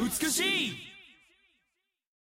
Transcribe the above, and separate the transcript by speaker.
Speaker 1: 美しい